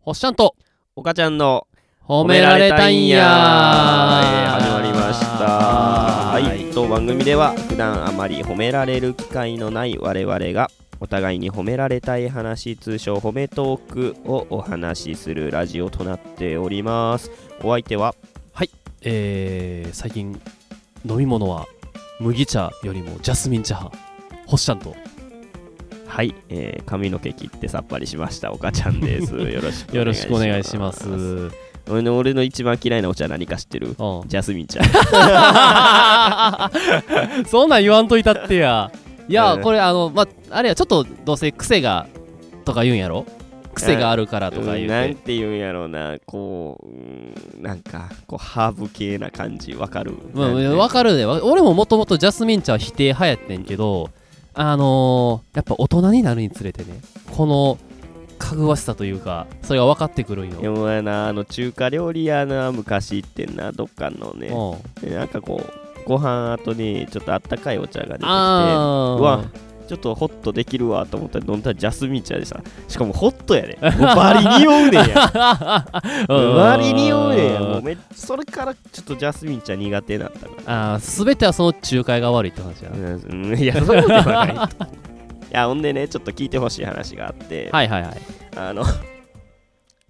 ほっしゃんとおかちゃんの褒められたいんやはい始まりましたはいい当番組では普段あまり褒められる機会のない我々がお互いに褒められたい話通称褒めトークをお話しするラジオとなっておりますお相手はえー、最近飲み物は麦茶よりもジャスミン茶派ほっしゃんとはい、えー髪の毛切ってさっぱりしましたおかちゃんですよろしくよろしくお願いしますうん俺の俺の一番嫌いなお茶何か知ってるジャスミン茶 そんなん言わんといたってやいやえーこれあのまあれやちょっとどうせ癖がとか言うんやろ癖があるからとかう言んうなてんて言うんやろうなこううんなんかこうハーブ系な感じわかるまあ、なんてわかるで、わ俺ももともとジャスミン茶は否定派やってんけど、あのー、やっぱ大人になるにつれてね、この、かぐわしさというか、それが分かってくるんでよ。もやなあの中華料理屋な昔行ってんなどっかのねうんでなんかこうご飯後にちょっとあったかいお茶が出てきてあーうわちょっとホッとできるわと思ったら飲んだらジャスミン茶でさしかもホッ トやで、もうバリ匂うねんや うんバリ匂うねんやもうめそれからちょっとジャスミン茶苦手になったからああ、すべてはその仲介が悪いって話やな。うん、いや、そう ではない。いや、ほんでね、ちょっと聞いてほしい話があって、はいはいはい。あの、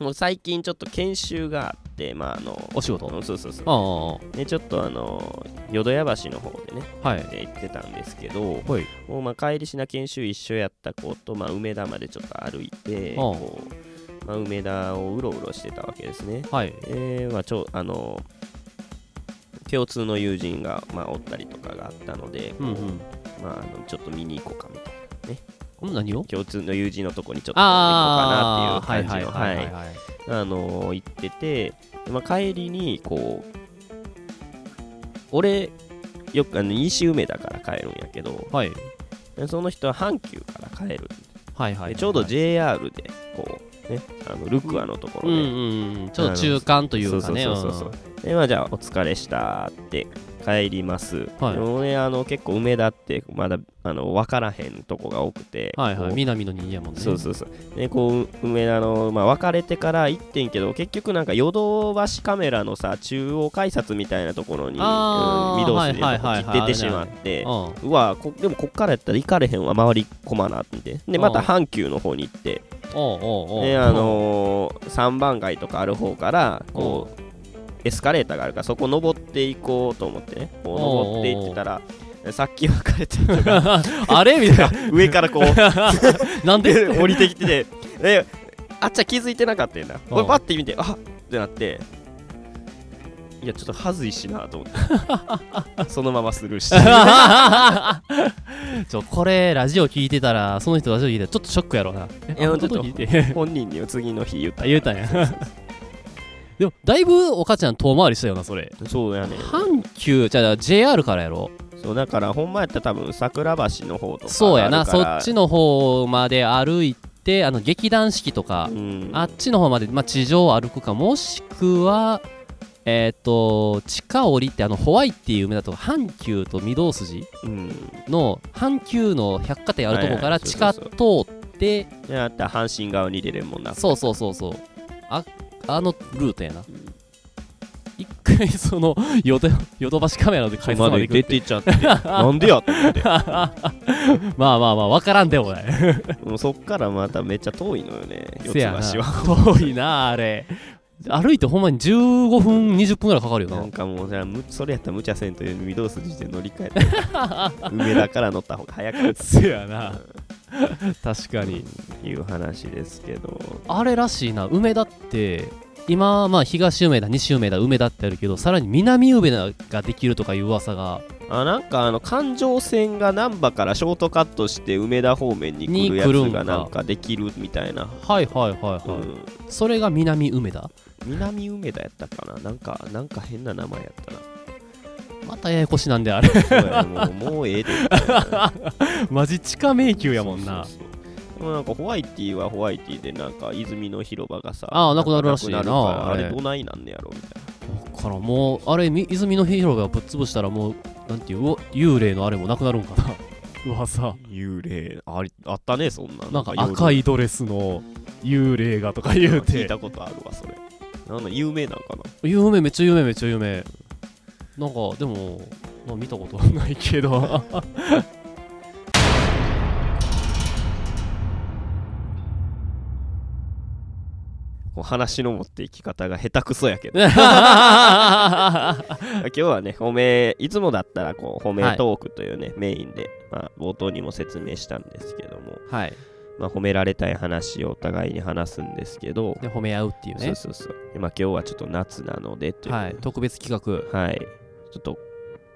もう最近ちょっと研修があって、まあ、あの、お仕事うんそうそうそうあ。あ、はで、ちょっとあの、淀屋橋の方でね、い。で行ってたんですけど、ほい。もうまあ帰りしな研修一緒やった子と、まあ、梅田までちょっと歩いて、んこうまあ、梅田をうろうろしてたわけですね。はい。えーまあ、ちょあの共通の友人が、まあ、おったりとかがあったので、うこうんうん。まあ、あのちょっと見に行こうかみたいなこん何を共通の友人のとこにちょっと見に行こうああ、かなっていう感じのはいはいはいははいいはい。あのー行ってて、まあ、帰りにこう俺よくあの西梅田から帰るんやけどはい。その人は阪急から帰る、はいはいはい。でちょうど JR でこう、ね、あのルクアのとこうろんで、うんうん。ちょっと中間というかね。そうそうそうそうでまあじゃあお疲れしたって帰ります、はいでもねあの結構梅田ってまだあの分からへんとこが多くて、はいはこい、う南の人やもんね。そうそうそう。で、こう、梅田の、まあ、別れてから行ってんけど、結局なんか、ヨドバシカメラのさ、中央改札みたいなところに、あーうん御堂筋はいではいはいはいこう切っててしまって、うん。うわこでもこっからやったら行かれへんわ回り込まなってでまたうん阪急の方に行っておうおうおうであのー、3番街とかある方からこうエスカレーターがあるからそこ登っていこうと思ってねこう登っていってたらさっき別れてた人が あれ みたい上からこうな。なんで で降りてきててであっちゃ気づいてなかったよなうん俺パッて見てあっってなっていやちょっと恥ずいしなと思って そのままスルーして ちょ、これ、ラジオ聞いてたら、その人ラジオ聞いてたら、ちょっとショックやろうな。いやあのちょっと時聞いて。本人に次の日言ったあ、言うたんや。 でも、だいぶお母ちゃん遠回りしたよな、それ。そうやね阪急、じゃあ JR からやろ。そうだからほんまやったら多分桜橋の方とかそうやな、あるかそらっちの方まで歩いて、あの、劇団四季とかう、んあっちの方まで、まあ、地上を歩くかもしくはえっ、と地下降りてあのホワイっていう梅だと阪急と御堂筋うんの阪急の百貨店あるとこかはらいはい地そうそう下そ通うってであったら阪神側に出れるもんなそうそうそうそうああのルートやな一回そのヨドヨドバシカメラで改札まで行く出ていっちゃって なんでやと思って まあまあまあ分からんでもないもうそっからまためっちゃ遠いのよね四せやなつ橋は遠いなあれ歩いてほんまに15分20分ぐらいかかるよなんなかもうじゃあむそれやったら無茶せんと御堂筋で乗り換え て梅田から乗った方が早かったせやな確かにいう話ですけどあれらしいな、梅田って、今、まあ、東梅田、西梅田、梅田ってあるけど、さらに南梅田ができるとかいう噂が、あなんかあの環状線が難波からショートカットして梅田方面に来るやつに来るんかがなんかできるみたいな、はいはいはいはい。うん、それが南梅田南梅田やったかななんかなんか変な名前やったなまたややこしなんであれ。 そうやねもうもうええで マジ地下迷宮そうそうそうでもなんかホワイティはホワイティでなんか泉の広場がさああなくなるらしいなくからああれれどないなんねやろみたいなだからもう、あれ、み泉の広場がぶっ潰したら、もう、なんていう、うお幽霊のあれもなくなるんか な。噂。幽霊ありあったねそんななんか赤いドレスの幽霊がとか言う聞て いたことあるわそれなんだ有名なんかな有名めっちゃ有名めっちゃ有名なんかでも、まあ、見たことはないけ どこう話の持っていき方が下手くそ やけどは今日はね褒めいつもだったらこう褒めはいトークというね、メインで、まあ、冒頭にも説明したんですけども、いまあ、褒められたい話をお互いに話すんですけど、で褒め合うっていうそねうそうそうでまあ、今日はちょっと夏なのでという、はい特別企画はい。ちょっと、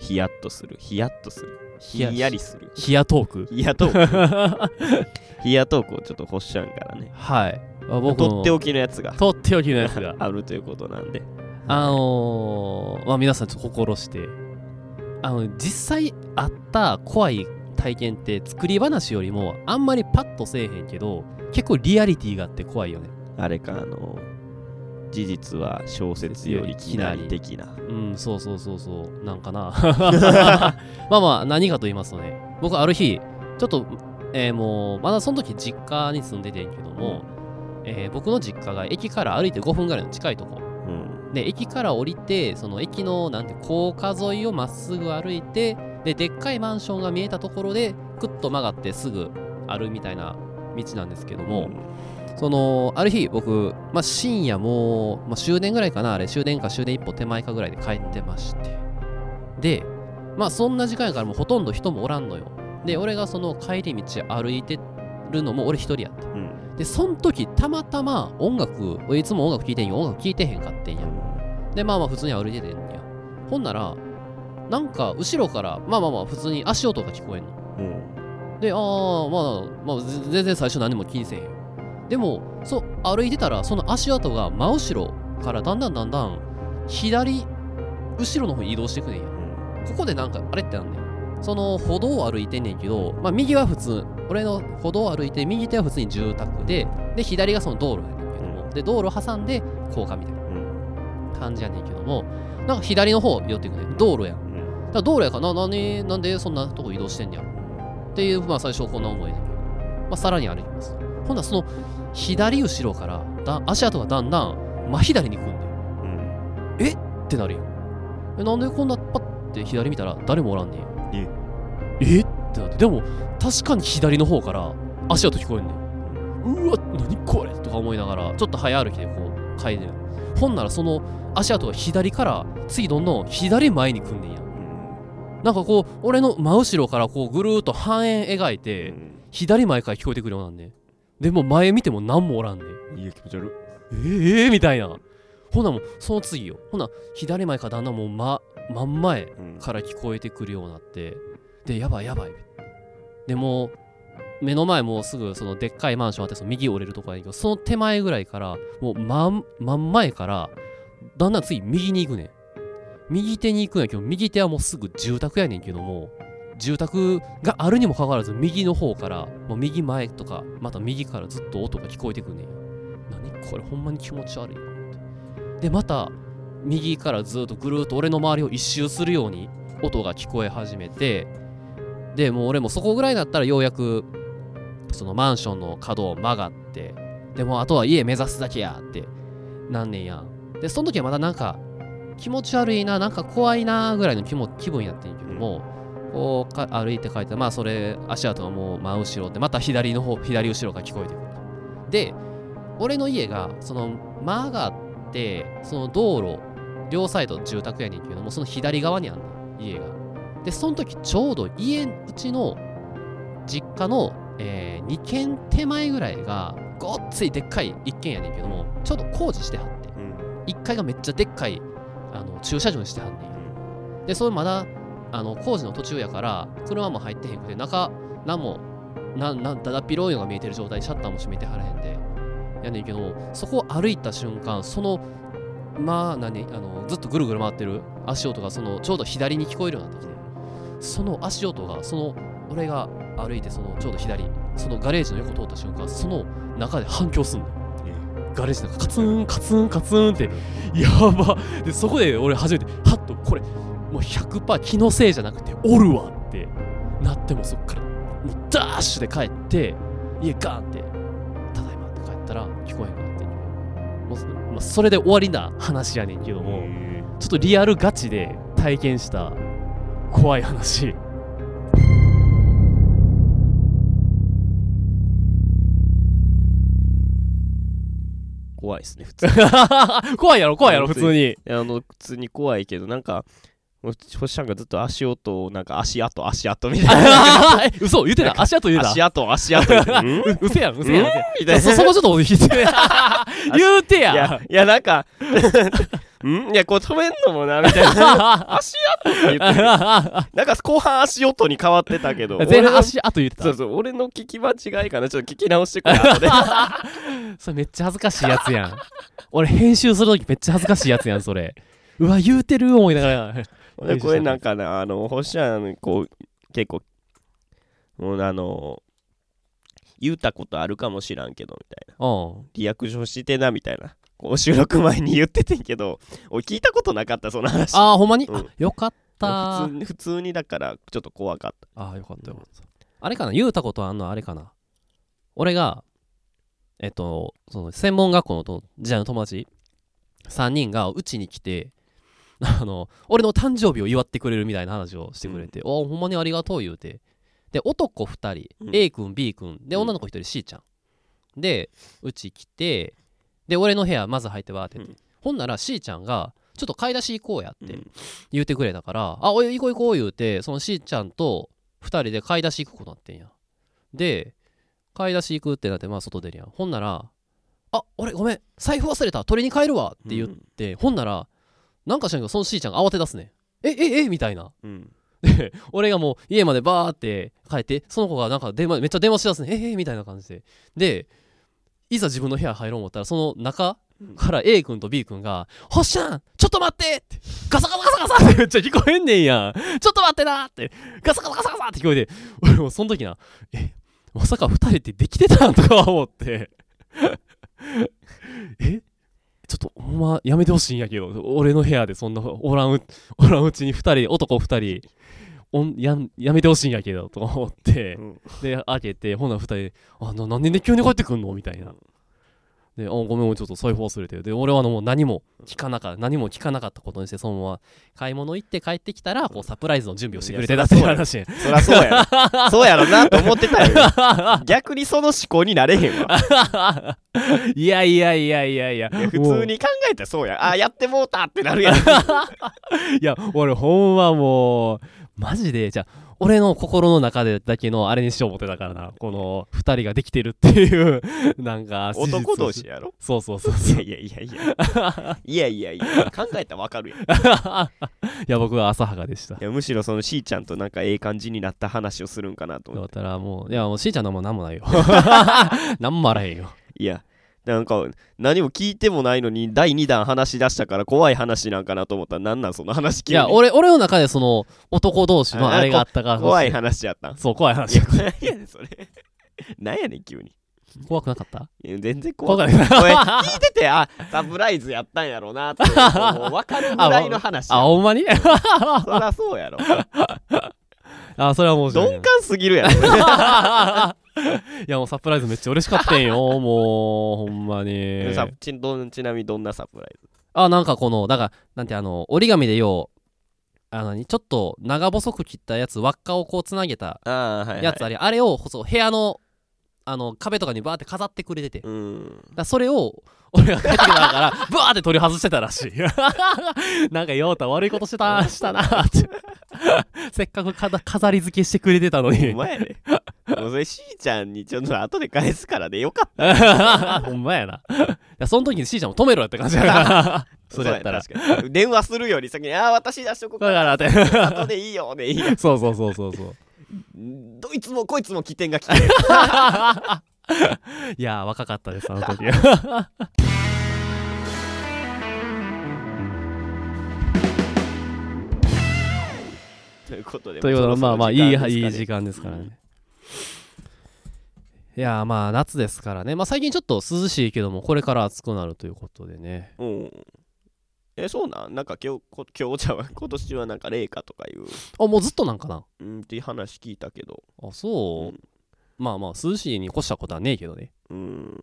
ヒヤッとする。ヒヤッとする。ひヒヤんやりする。ヒアトークヒヤ トーク。ヒヤトークをちょっと欲しちゃうからね。はいあ僕とのっておきのやつがとっておきのやつが あるということなんで。あのーまあ皆さんちょっと心してあの実際あった怖い体験って作り話よりもあんまりパッとせえへんけど結構リアリティがあって怖いよねあれか、あの、事実は小説よりきなり的な。うん、そうそうそうそう、なんかな。 まあまあ、何かと言いますとね、僕、ある日、ちょっと、えーもう、まだその時、実家に住んでてんけども、えー僕の実家が駅から歩いて5分ぐらいの近いとこ。うん。で、駅から降りて、その駅の、なんて、高架沿いをまっすぐ歩いて、で、でっかいマンションが見えたところで、くっと曲がってすぐあるみたいな道なんですけども、そのある日僕、まあ、深夜もう、まあ、終電ぐらいかなあれ終電か終電一歩手前かぐらいで帰ってましてでまあそんな時間やからもうほとんど人もおらんのよで俺がその帰り道歩いてるのも俺一人やってうん。うん。でそん時たまたま音楽俺いつも音楽聴いてんよ音楽聴いてへんかってんやでまあまあ普通に歩いててんやほんならなんか後ろからまあまあまあ普通に足音が聞こえんのうん。で、ああ、まあ、まあ、ぜ全然最初何も気にせえへんよ。でも、そう、歩いてたら、その足跡が真後ろからだんだんだんだん、左、後ろの方に移動していくねんや。ここでなんか、あれってなんだよ。その歩道を歩いてんねんけど、まあ、右は普通、俺の歩道を歩いて、右手は普通に住宅で、で、左がその道路やねんけども、で、道路挟んで、高架みたいなうん。感じやねんけども、なんか左の方寄っていくねん。道路やん。だから道路やから、な、なに、なんでそんなとこ移動してんねやろ。っていう、まあ、最初こんな思いで、まあ、さらに歩きます。ほんならその左後ろからだ足跡がだんだん真左に行くんだようん。ってなるよ。えなんでこんなパッて左見たら誰もおらんねんよ。ええってなって、でも確かに左の方から足音聞こえんねん。うわ、何これとか思いながら、ちょっと早歩きでこう嗅いでる。ほんならその足跡が左から次どんどん左前に来んねんや。なんかこう、俺の真後ろからこうぐるーっと半円描いて、左前から聞こえてくるようなんねでも前見ても何もおらんねうん。いや、気持ち悪えー、えーみたいなほなもうその次よほな左前からだんだんもうま真ん前うん。から聞こえてくるようになってでやばいやばいでもう目の前もうすぐそのでっかいマンションあってその右折れるとこやねんけどその手前ぐらいからもう真ん真ん前からだんだん次右に行くねん右手に行くんやけど右手はもうすぐ住宅やねんけども住宅があるにもかかわらず右の方からもう右前とかまた右からずっと音が聞こえてくんねんよ何これほんまに気持ち悪いなってでまた右からずっとぐるーっと俺の周りを一周するように音が聞こえ始めてでもう俺もそこぐらいだったらようやくそのマンションの角を曲がってでもうあとは家目指すだけやってなんねんやでその時はまだなんか気持ち悪いななんか怖いなぐらいの気も気分やってんけどもこうか歩いて帰ってまあそれ足跡がもう真後ろでまた左の方左後ろが聞こえてくるで俺の家がその曲がってその道路両サイド住宅やねんけどもその左側にあんねん家がでその時ちょうど家うちの実家の、え2軒手前ぐらいがごっついでっかい一軒やねんけどもちょうど工事してはってうん。 1階がめっちゃでっかいあの駐車場にしてはんねんでそれまだあの工事の途中やから車も入ってへんくて中何もななだだっ広いのが見えてる状態でシャッターも閉めてはらへんでやねんけどそこを歩いた瞬間そのまあ何あのずっとぐるぐる回ってる足音がそのちょうど左に聞こえるようになってきてその足音がその俺が歩いてそのちょうど左そのガレージの横通った瞬間その中で反響すんのえガレージなんかカツンカツンカツンってやばでそこで俺初めてハッとこれもう100%気のせいじゃなくておるわってなってもうそっからもうダッシュで帰って家ガーンってただいまって帰ったらもうまあそれで終わりな話やねんけども、ちょっとリアルガチで体験した怖い話。 怖いですね普通 怖いやろ怖いやろ普通に。あの普通に怖いけどなんか星さんがずっと足音をなんか足跡足跡みたいなえ 嘘言ってた足跡言うた 足跡足跡 うんう嘘やん嘘やん嘘やんみいやそそこちょっと俺引いて 言うていや やいやなんか んいやこう止めんのもなみたい な足跡って言ってるなんか後半足音に変わってたけど前半足跡言ってた俺のそうそう俺の聞き間違いかなちょっと聞き直してくれ後でそれめっちゃ恥ずかしいやつやん俺編集するときめっちゃ恥ずかしいやつやんそれうわ言うてる思いながら俺これなんかなあの星さんこう結構もうあの言うたことあるかもしらんけどみたいなうんリアクションしてなみたいなこう収録前に言っててんけど俺聞いたことなかったその話ああほんまに、うんあよかった普通に普通にだからちょっと怖かったああよかったよかったあれかな言うたことあんのあれかな俺がえっとその専門学校のと時代の友達3人がうちに来て あの俺の誕生日を祝ってくれるみたいな話をしてくれて「おおほんまにありがとう」言うてで男2人、うん A 君 B 君でうん女の子1人 C ちゃん、でうち来てで俺の部屋まず入ってわーってやって、うんほんなら C ちゃんが「ちょっと買い出し行こうや」ってうん言うてくれたから「あおい行こう行こう」言うてその C ちゃんと2人で買い出し行くことになってんやで買い出し行くってなってまあ外出るやんほんなら「あ俺ごめん財布忘れた取りに帰るわ」って言って、ほんならなんかしらんけどその C ちゃんが慌て出すねんえええみたいなうんで俺がもう家までバーって帰ってその子がなんか電話めっちゃ電話しだすねええみたいな感じででいざ自分の部屋入ろう思ったらその中から A 君と B 君が「ほっしゃんちょっと待って!」ってガサガサガサガサってめっちゃ聞こえんねんやんちょっと待ってなってガサガサガサガサって聞こえて俺もうその時なえまさか2人ってできてたんとか思ってえちょっとほんまやめてほしいんやけど俺の部屋でそんなおらんうおらんうちに2人男2人おんやんやめてほしいんやけどと思ってうんで開けてほな2人で「あな何年で急に帰ってくんの?」みたいな。で「あごめん俺ちょっと財布忘れて」で俺はあのもう何も聞かなかった何も聞かなかったことにしてそのまま買い物行って帰ってきたらこうサプライズの準備をしてくれてたっていう話そりゃそうやろそうやろなと思ってたよ逆にその思考になれへ んわいや いやいやいやいやいや普も通うに考えたらそうやあやってもうたってなるやん いや俺ほんまもうマジでじゃあ俺の心の中でだけのあれにしよう思ってたからなこの2人ができてるっていうなんか事実を男同士やろそうそうそういそうやいやいやいやいやいやいや考えたらわかるやんいいや僕は浅はかでしたやむしろその C ちゃんとなんかええ感じになった話をするんかなと思ってだからもういやもうしーちゃんのもん何も ないよ何もあらへんよいや、なんか何も聞いてもないのに第2弾話し出したから怖い話なんかなと思ったらなんなんその話聞いや俺俺の中でその男同士のあれがあったから怖い話やったん。 そう怖いい話や、怖いやねんそれ。なんやねん、急に。怖くなかったいや全然怖怖い。くなかっこれた聞いてて、あ、サプライズやったんやろうなって、もう分かるぐらいの話あや。ほんまにそりゃそうやろ。あそれは面白い鈍ね感すぎるやろ。 いやもうサプライズめっちゃ嬉しかったんよもうほんまにさちどんちなみにどんなサプライズあなんかこのだからなんてあの折り紙でようあのちょっと長細く切ったやつ輪っかをこうつなげたああ、はい、やつあれ、あれをそう部屋のあの壁とかにバーって飾ってくれてて、だかうん。らそれを俺が帰ってきたから バーって取り外してたらしい なんかヨウタ悪いことしてたしたなって せっかくかだ飾り付けしてくれてたのにお前ね。もうそれ、しーちゃんにちょっと後で返すからでよかった。 ほんまやな。いや、その時に C ちゃんも止めろやって感じやから。 それやったら。そうや確かに電話するより先に「ああ私出しとこうだかからって。後でいいよ」でいいよ そうそうそうそうそう。どいつもこいつも起点が来てるいやー、若かったです、あの 時。ということでということで、まあまあ、いい、いい時間間ですからね。いやーまあ夏ですからね、まあ、最近ちょっと涼しいけどもこれから暑くなるということでねうんえそうなんなんか今日こ今日じゃは今年はなんか冷夏とかいうあもうずっとなんかなうんっていう話聞いたけどあそう、うんまあまあ涼しいに越したことはねえけどねうん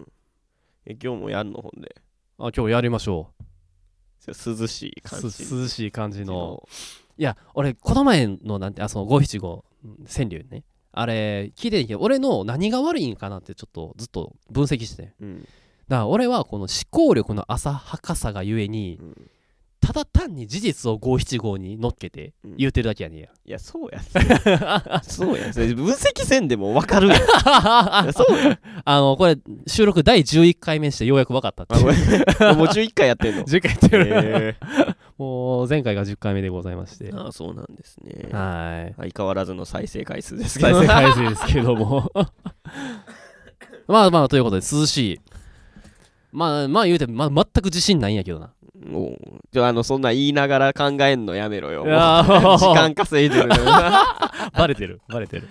え今日もやんのほんであ今日やりましょ涼しいう感じす涼しい感じのいや俺この前のなんてあその五七五うん川柳ねあれ聞いてんけど俺の何が悪いんかなってちょっとずっと分析しててうだんから俺はこの思考力の浅はかさがゆえにうんただ単に事実を五七五に乗っけてうん言うてるだけやねん や、いやそうやそうやそれ分析せんでも分かるや んそうやあのこれ収録第11回目にしてようやく分かったって あいうごめんもう11回やって んの10回やってる、 へもう前回が10回目でございましてーああそうなんですねはい相変わらずの再生回数ですけ再ど生回数ですけど もまあまあということで涼しいまあまあ言うて、まあ、全く自信ないんやけどなおうじゃああのそんな言いながら考えんのやめろよいやーもう時間稼いでるのに あバレてるバレてる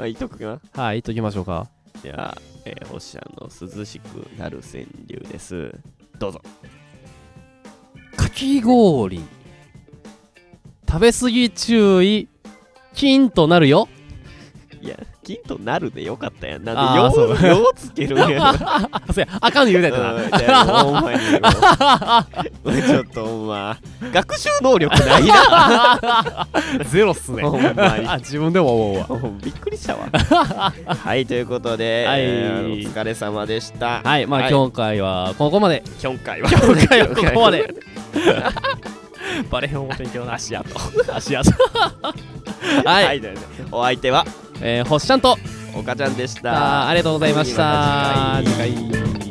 言っとくなはい言っときましょうかじゃあ、えー、星さんの涼しくなる川柳ですどうぞかき氷食べ過ぎ注意金となるよいや金となるでよかったやんなあんーでようようつけ るんやんあそうやあかんの言うたやうんじゃあもうほんまにもう もうちょっとほんま学習能力ない なつなゼロっ すねほんまにあ自分でも思うわもうびっく りしたわはいということで、はいえーあのお疲れ様でしたはいまあ、今回はここまできょんかいは今回はここま で バレへん思ってんけどな足跡足跡は、はいい、大丈夫お相手はえー、星ちゃんと岡ちゃんでしたあーありがとうございました次回次回